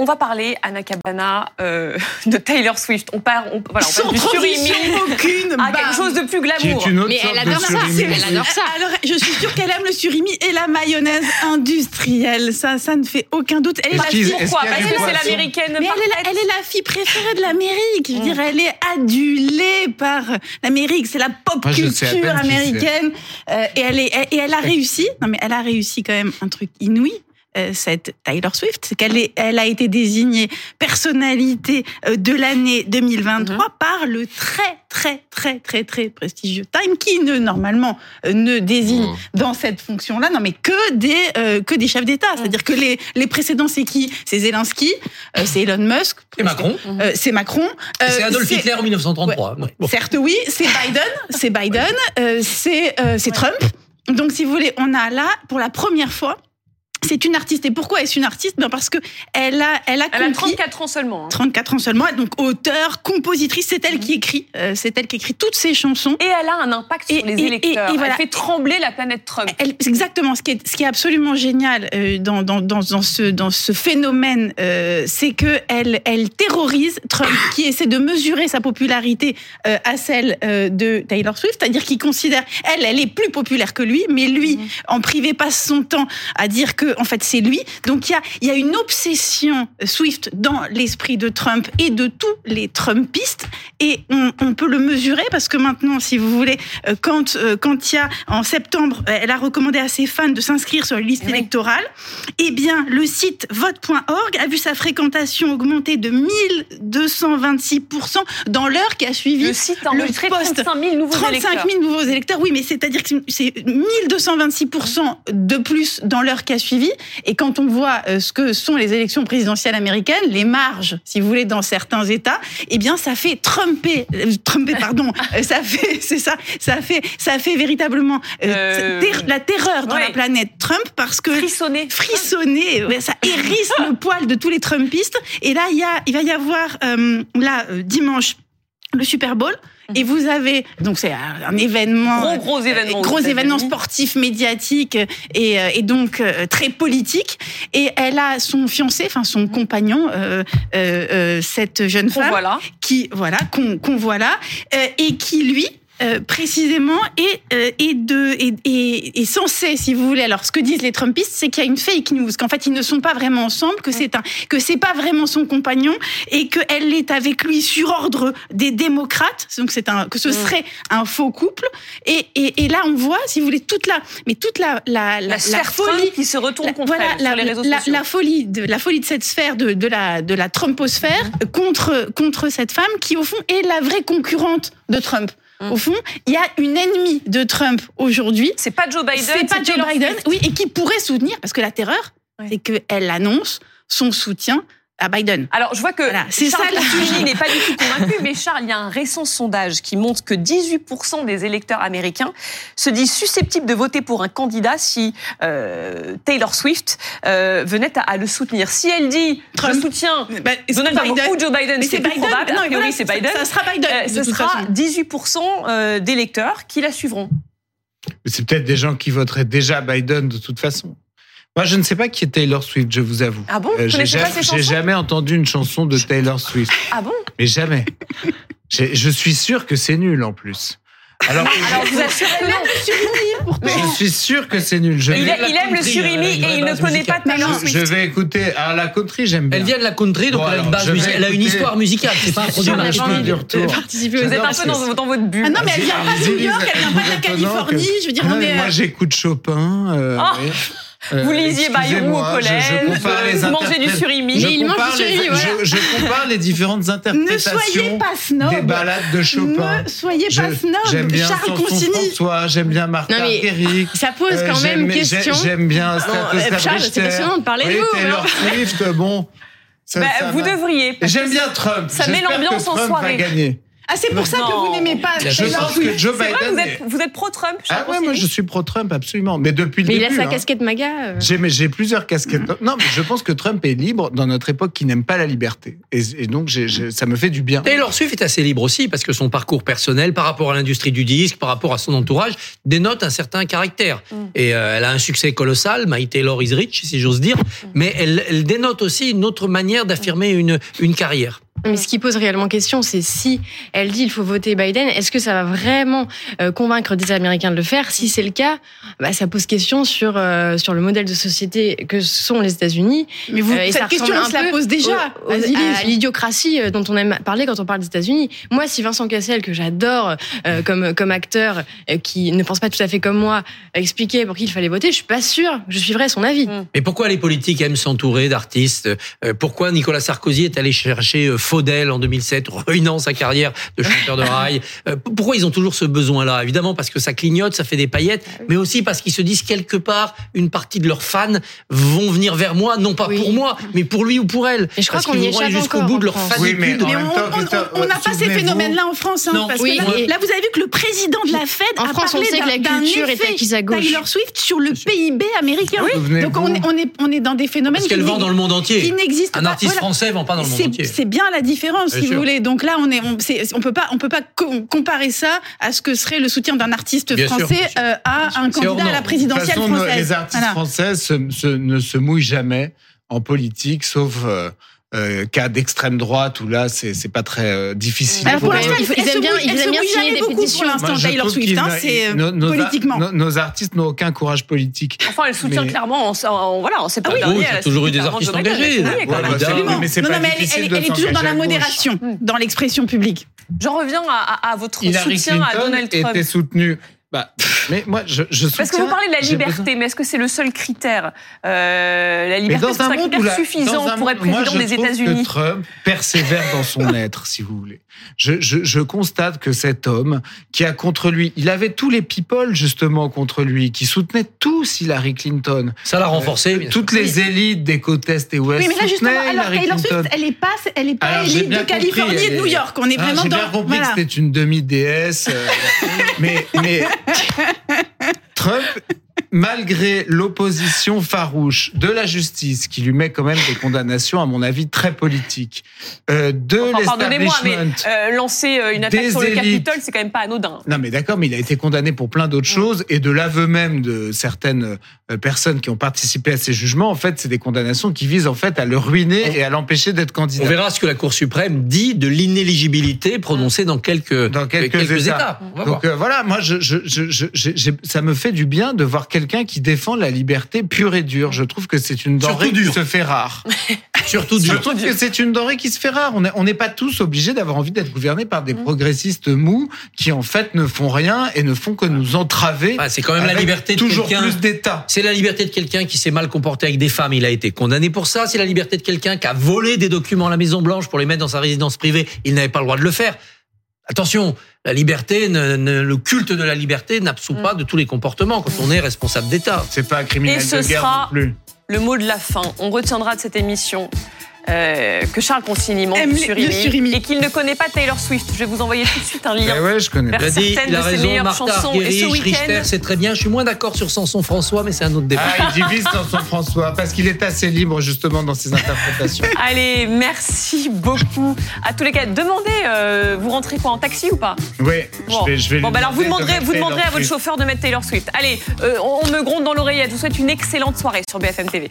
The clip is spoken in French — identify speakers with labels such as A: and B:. A: On va parler, Anna Cabana, euh, de Taylor Swift. On part, on, voilà, on passe
B: Sans
A: du surimi
B: transition aucune,
A: à
B: bam. Ah,
A: quelque chose de plus
C: Qui
A: glamour.
C: est une autre
D: Mais
C: sorte
D: elle adore
C: de
D: ça,
C: surimi.
D: elle adore ça.
B: Alors, je suis sûre qu'elle aime le surimi et la mayonnaise industrielle. Ça, ça ne fait aucun doute. Elle est, la
C: Est-ce qu'ils-
B: fille,
C: est-ce
A: Pourquoi
C: qu'il y a
A: Parce
C: du
A: que c'est
C: poisson
A: l'américaine.
B: mais elle est,
A: parfaite.
B: la, elle est la fille préférée de l'Amérique.
A: Mm.
B: Je veux dire, elle est adulée par l'Amérique. C'est la pop
C: Moi, je sais à peine
B: culture
C: qui c'est.
B: américaine. Euh, et elle est, et elle a réussi. Non, mais elle a réussi quand même un truc inouï. euh, Cette Taylor Swift, c'est qu'elle est, elle a été désignée personnalité euh, de l'année 2023 par le très très très très très prestigieux Time, qui ne normalement euh, ne désigne
E: Mhm.
C: Oh.
B: dans cette fonction-là, non mais que des euh, que des chefs d'État, c'est-à-dire que les les précédents c'est qui C'est Zelensky, euh, c'est Elon Musk,
E: Et Macron,
B: euh, c'est Macron, euh,
E: c'est Adolf
B: c'est-
E: Hitler en 1933. Ouais. Bon.
B: Certes oui, c'est Biden, c'est Biden, euh, c'est euh, c'est Trump. Donc si vous voulez, on a là pour la première fois, c'est une artiste. Et pourquoi est-ce une artiste Ben parce que elle a elle a
A: Elle a
B: compris
A: 34 ans seulement. hein.
B: 34 ans seulement, donc auteur, compositrice, c'est elle qui écrit, euh, c'est elle qui écrit toutes ses chansons.
A: Et elle a un impact sur
B: Et-
A: les
B: et- et-
A: électeurs.
B: et voilà.
A: Elle fait trembler la planète Trump.
B: Elle- c'est exactement. Ce qui est, ce qui est absolument génial euh, dans, dans, dans, dans ce, dans ce phénomène, euh, c'est que elle, elle terrorise Trump, qui essaie de mesurer sa popularité euh, à celle euh, de Taylor Swift, c'est-à-dire qu'il considère, elle, elle est plus populaire que lui, mais lui, en privé, passe son temps à dire que, en fait, c'est lui. Donc, il y a, il y a une obsession Swift dans l'esprit de Trump et de tous les Trumpistes. Et on, on peut le mesurer parce que maintenant, si vous voulez, euh, quand euh, quand il y a en septembre, euh, elle a recommandé à ses fans de s'inscrire sur les listes
A: oui.
B: électorales. Eh bien, le site vote.org a vu sa fréquentation augmenter de 1226 dans l'heure qui a suivi
A: Le site a enregistré
B: poste.
A: 35 000 nouveaux
B: 35
A: électeurs.
B: 000 nouveaux électeurs, oui, mais c'est-à-dire que c'est 1226 de plus dans l'heure qui a suivi. Et quand on voit euh, ce que sont les élections présidentielles américaines, les marges, si vous voulez, dans certains États, eh bien, ça fait trumper, euh, trumper, pardon, euh, ça fait, c'est ça, ça fait, ça fait véritablement euh,
A: Euh,
B: ter- la terreur dans
A: ouais.
B: la planète Trump parce que
A: Frissonner.
B: frissonner, ouais, ça hérisse le poil de tous les Trumpistes. Et là, il, y a, il va y avoir, euh, là, euh, dimanche, le Super Bowl. Et vous avez, donc c'est un un événement.
A: Gros, gros événement.
B: euh,
A: aux
B: Gros
A: États-Unis.
B: événement sportif, médiatique euh, et, euh, et donc euh, très politique. Et elle a son fiancé, enfin son compagnon, euh, euh, euh, cette jeune
A: Qu'on
B: femme,
A: voit là.
B: qui voilà qu'on qu'on voit là euh, et qui lui euh, précisément est, euh, est de est, est- est censé si vous voulez alors ce que disent les Trumpistes c'est qu'il y a une fake news qu'en fait ils ne sont pas vraiment ensemble que c'est un que c'est pas vraiment son compagnon et que elle est avec lui sur ordre des démocrates donc c'est un que ce serait un faux couple et, et, et là on voit si vous voulez toute la mais toute la la,
A: La, sphère folie qui se retourne
B: la-
A: contre
B: voilà,
A: elle sur les réseaux
B: la-
A: sociaux.
B: la folie de la folie de cette sphère de, de la de la Trumposphère
A: Mm-hmm.
B: contre contre cette femme qui au fond est la vraie concurrente de Trump.
A: Mm.
B: Au fond, il y a une ennemie de Trump aujourd'hui.
A: C'est pas Joe Biden.
B: C'est pas Joe
A: Taylor
B: Biden,
A: Swift.
B: oui, et qui pourrait soutenir parce que la terreur,
A: Ouais.
B: c'est qu'elle annonce son soutien à Biden.
A: Alors, je vois que
B: Voilà, c'est
A: Charles
B: ça, là.
A: Contugny n'est pas du tout convaincu, mais Charles, il y a un récent sondage qui montre que 18% des électeurs américains se disent susceptibles de voter pour un candidat si euh, Taylor Swift euh, venait à, à le soutenir. Si elle dit je
B: Trump.
A: soutiens
B: Bah, et c'est
A: Donald Trump
B: Biden.
A: ou Joe Biden,
B: Mais
A: c'est plus probable.
B: Non,
A: A
B: mais
A: priori,
B: voilà,
A: c'est Biden.
B: Ça, ça sera Biden.
A: Euh,
B: de
A: ce
B: toute
A: sera
B: façon.
A: 18% euh, d'électeurs qui la suivront.
C: C'est peut-être des gens qui voteraient déjà Biden de toute façon. Moi, je ne sais pas qui est Taylor Swift, je vous avoue.
A: Ah bon
C: Euh,
A: Vous
C: J'ai
A: connaissez pas
C: jamais,
A: ces
C: j'ai
A: chansons
C: jamais entendu une chanson de Taylor Swift,
A: Ah bon
C: mais jamais. J'ai- je suis sûr que c'est nul en plus. Alors,
A: Alors, je vous assure que non.
C: je suis sûr que c'est nul. Je,
A: Il,
C: vais-
A: a- il aime le surimi
B: euh,
A: et il ne connaît pas Taylor
C: je- je
A: Swift.
C: vais écouter à la country, j'aime bien.
E: Elle vient de la country, donc
C: Bon,
E: elle a
C: alors,
E: une base
C: je vais
E: musicale. Elle a une
C: écouter-
E: histoire musicale, c'est pas un produit
C: Sur la
E: marketing.
C: bande du retour.
B: participer aux
A: Vous êtes un
C: J'adore
A: peu
C: ce que
A: dans, dans votre bulle.
B: Ah non, mais elle vient pas de New York, elle vient pas de la
C: Étonnant que- Ah
B: Californie. Je veux dire,
C: Non,
B: on
C: mais
B: est. euh,
C: Moi, j'écoute Chopin. euh,
A: Ah
C: oui. Euh,
A: Vous lisiez Bayrou au
C: excusez-moi, je-
A: collège,
C: je compare les
A: vous mangez du
C: interprètes.
A: surimi.
C: Je
D: Mais il mange
C: compare
D: du
C: les-
D: surimi, voilà.
C: je- je compare les différentes
B: Ne soyez
C: interprétations
B: pas
C: des
B: snob.
C: ballades de Chopin.
B: Ne soyez
C: Je-
B: pas
C: J'aime
B: snob,
C: bien
B: Charles
C: Samson
B: Consigny.
C: François, j'aime bien Martha
D: Non, mais-
C: Perry.
D: Ça pose
C: euh,
D: quand
C: j'aime-
D: même
C: j'ai-
D: question.
C: J'aime bien
D: euh,
C: Stanislas
D: Charles, c'est
C: Richter.
D: passionnant de parler de
C: Oui,
D: vous,
C: Taylor Swift, bon. ça-
A: Bah,
C: ça
A: vous
C: va.
A: devriez. parce
C: J'aime
A: que
C: bien Trump.
A: ça met
C: J'espère que
A: l'ambiance en
C: Trump
A: soirée.
C: va gagner.
B: Ah, c'est pour ça que
A: Non.
B: vous n'aimez pas
E: Je
C: Je
B: Taylor
C: pense
B: Swift.
C: que Joe
A: C'est vrai,
C: Biden.
A: vous
C: est-
A: êtes, vous êtes pro-Trump
C: Ah ouais, moi je suis pro-Trump, absolument. Mais depuis le
D: Mais il a
C: début.
D: sa
C: hein.
D: casquette MAGA. euh.
C: J'ai mais j'ai plusieurs casquettes. Non, mais je pense que Trump est libre dans notre époque qui n'aime pas la liberté. Et, et donc, j'ai- j'ai- ça me fait du bien.
E: Taylor Swift est assez libre aussi parce que son parcours personnel, par rapport à l'industrie du disque, par rapport à son entourage, dénote un certain caractère. Et euh, elle a un succès colossal. My Taylor is rich, si j'ose dire. Mais elle, elle dénote aussi une autre manière d'affirmer une, une carrière.
D: Mais ce qui pose réellement question, c'est si elle dit il faut voter Biden, est-ce que ça va vraiment euh, convaincre des Américains de le faire Si c'est le cas, bah, ça pose question sur, euh, sur le modèle de société que sont les États-Unis.
B: Mais vous,
D: Euh, et ça
B: cette question,
D: ressemble
B: on
D: un
B: se la
D: peu
B: pose déjà.
D: au- au-
B: Vas-y,
D: à
B: Lise.
D: l'idiocratie euh, dont on aime parler quand on parle des États-Unis. Moi, si Vincent Cassel, que j'adore euh, comme, comme acteur, euh, qui ne pense pas tout à fait comme moi, expliquait pour qui il fallait voter, je suis pas sûre, je suivrais son avis.
A: Mm.
E: Mais pourquoi les politiques aiment s'entourer d'artistes Euh, Pourquoi Nicolas Sarkozy est allé chercher euh, Faudel en 2007, ruinant sa carrière de chanteur de rail Euh, p- Pourquoi ils ont toujours ce besoin-là Évidemment parce que ça clignote, ça fait des paillettes,
D: Ah
E: mais aussi parce qu'ils se disent quelque part, une partie de leurs fans vont venir vers moi, non pas
D: Oui.
E: pour moi, mais pour lui ou pour elle.
D: Et je crois
E: Parce qu'ils
D: qu'on y
E: vont aller
D: échappe
E: jusqu'au
D: encore
E: bout
D: en
E: de leur
D: France.
E: fanitude.
C: Oui, mais en
B: Mais on
C: même temps,
B: on-
C: Christophe,
B: on- on n'a pas ces
C: souvenez-vous-
B: phénomènes-là en France. hein,
E: Non.
B: parce
D: Oui,
B: que là,
E: mais-
B: là, vous avez vu que le président de la Fed
D: En
B: a
D: France, on
B: parlé
D: sait que
B: d'un-
D: la
B: d'un
D: culture est
B: effet
D: acquise à gauche.
B: Taylor Swift sur le PIB américain.
C: Oui. Souvenez-vous-
B: Donc on est, on, est, on est dans des phénomènes
E: Parce
B: qui
E: qu'elle vend
B: n'ex-
E: dans le monde
B: qui
E: entier.
B: n'existent
E: Un
B: pas.
E: artiste
B: Voilà.
E: français vend pas dans le monde
B: C'est
E: entier.
B: c'est bien la différence,
E: Bien
B: si
E: sûr.
B: vous voulez. Donc là, on est, on, c'est- on peut pas, on peut pas co- comparer ça à ce que serait le soutien d'un artiste
E: Bien sûr,
B: français
E: bien sûr.
B: euh, à un
E: sûr. C'est hors
B: candidat à la
E: norme.
C: De toute
B: présidentielle
C: façon, ne-
B: française.
C: les artistes
B: Voilà.
C: françaises se- se- ne se mouillent jamais en politique, sauf euh, euh, cas d'extrême droite où là, c'est c'est pas très euh, difficile.
B: Alors, pour
D: Ouais,
B: l'instant,
D: il faut-
B: elle
D: ils aiment
B: se
D: bien-
B: mouille-
D: ils
B: elle
D: aiment
B: se
D: bien
B: mouille
D: signer
B: jamais
D: des
B: beaucoup
D: pétitions.
B: pour l'instant,
C: Moi, je
B: Taylor
C: trouve
B: Swift.
C: qu'ils
B: hein,
C: n'a-
B: C'est
C: nos- nos
B: euh,
C: ar-
B: politiquement.
C: nos- nos artistes n'ont aucun courage politique.
A: Enfin, elle soutient
C: Mais-
A: clairement en, en- en- voilà, en septembre
E: Ah oui.
A: dernier.
E: Oui,
A: elle
E: j'ai
A: a
E: toujours eu des
A: clairement
E: artistes
A: Joe Biden,
E: engagés.
A: elle a signé, quand
E: Ouais,
A: même.
E: bah,
C: absolument.
E: évidemment.
C: Mais c'est
B: non,
C: pas
B: non, mais elle,
C: difficile
B: elle-
C: de
B: elle est toujours dans la
C: s'engager à gauche.
B: modération, dans l'expression publique.
A: J'en reviens à, à- à votre
C: Hillary
A: soutien à
C: Clinton
A: Donald Trump.
C: était soutenue. Bah, mais moi, je, je soutiens.
A: Parce que vous parlez de la
C: j'ai
A: liberté,
C: besoin-
A: mais est-ce que c'est le seul critère euh, La
C: Mais
A: liberté,
C: dans
A: c'est un
C: un monde
A: critère
C: où la-
A: suffisant
C: dans un
A: pour être
C: monde- moi,
A: président
C: je
A: des
C: trouve
A: États-Unis.
C: que Trump persévère dans son être, si vous voulez. Je, je- je constate que cet homme qui a contre lui, il avait tous les people justement contre lui, qui soutenaient tous Hillary Clinton,
E: Ça l'a renforcé. bien sûr.
C: toutes les élites des côtes est et ouest
B: Oui, mais là, justement,
C: soutenaient
B: alors
C: Hillary
B: Taylor
C: Clinton.
B: Swift, elle n'est pas, elle est pas
C: Alors, j'ai
B: élite
C: bien
B: de Californie
C: compris,
B: et de
C: elle
B: New
C: est-
B: York. On est
C: Ah,
B: vraiment
C: J'ai
B: dans.
C: bien compris
B: voilà.
C: que c'était une demi-déesse. euh, mais, mais Trump, malgré l'opposition farouche de la justice, qui lui met quand même des condamnations, à mon avis, très politiques, euh, de
A: Enfin, pardonnez-moi, mais
C: l'establishment.
A: euh, lancer euh, une attaque
C: Des
A: sur le
C: élites.
A: Capitole, c'est quand même pas anodin.
C: Non mais d'accord, mais il a été condamné pour plein d'autres choses et de l'aveu même de certaines euh, personnes qui ont participé à ces jugements, en fait, c'est des condamnations qui visent en fait à le ruiner et à l'empêcher d'être candidat.
E: On verra ce que la Cour suprême dit de l'inéligibilité prononcée dans quelques,
C: Dans quelques États.
E: On va voir.
C: Donc euh, voilà, moi, je, je, je, je- je- j'ai- ça me fait du bien de voir quelqu'un qui défend la liberté pure et dure. Je trouve que c'est une denrée
E: Surtout
C: qui
E: dure.
C: se fait rare.
E: euh, Surtout
C: Je
E: dur.
C: trouve que c'est une denrée qui se fait rare. On est- on n'est pas tous obligés d'avoir envie d'être gouvernés par
A: Mm.
C: des progressistes mous qui en fait ne font rien et ne font que nous entraver.
E: Ah, c'est quand même la
C: avec
E: liberté de
C: toujours
E: quelqu'un.
C: plus d'État.
E: C'est la liberté de quelqu'un qui s'est mal comporté avec des femmes, il a été condamné pour ça. C'est la liberté de quelqu'un qui a volé des documents à la Maison Blanche pour les mettre dans sa résidence privée, il n'avait pas le droit de le faire. Attention, la liberté, ne- ne- le culte de la liberté n'absout
A: Mm.
E: pas de tous les comportements quand on est responsable d'État.
C: C'est pas un criminel
A: Et ce
C: de guerre
A: sera-
C: non plus.
A: Le mot de la fin, on retiendra de cette émission euh, que Charles Consigny manque
B: Aime
A: de
B: le- le Surimi.
A: Surimi et qu'il ne connaît pas Taylor Swift. Je vais vous envoyer tout de suite un lien.
C: Ben ouais, je connais.
E: Il a dit,
A: Certaines
E: il a
A: de ses
E: raison,
A: meilleures
E: Martha
A: chansons. Et
E: Arguerich,
A: ce week-end-
E: Richter, c'est très bien. Je suis moins d'accord sur Samson François, mais c'est un autre débat.
C: Ah, il divise dans son François parce qu'il est assez libre justement dans ses interprétations.
A: Allez, merci beaucoup à tous les cas. Demandez, euh, vous rentrez quoi en taxi ou pas
C: Oui,
A: Bon,
C: je vais, je vais lui
A: Bon, bah alors vous
C: demander de
A: demanderez,
C: mettre
A: vous
C: Taylor
A: demanderez à votre
C: Swift.
A: chauffeur de mettre Taylor Swift. Allez, euh, on on me gronde dans l'oreillette. Je vous souhaite une excellente soirée sur BFM TV.